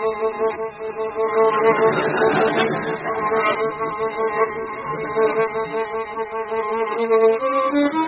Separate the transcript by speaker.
Speaker 1: Thank you.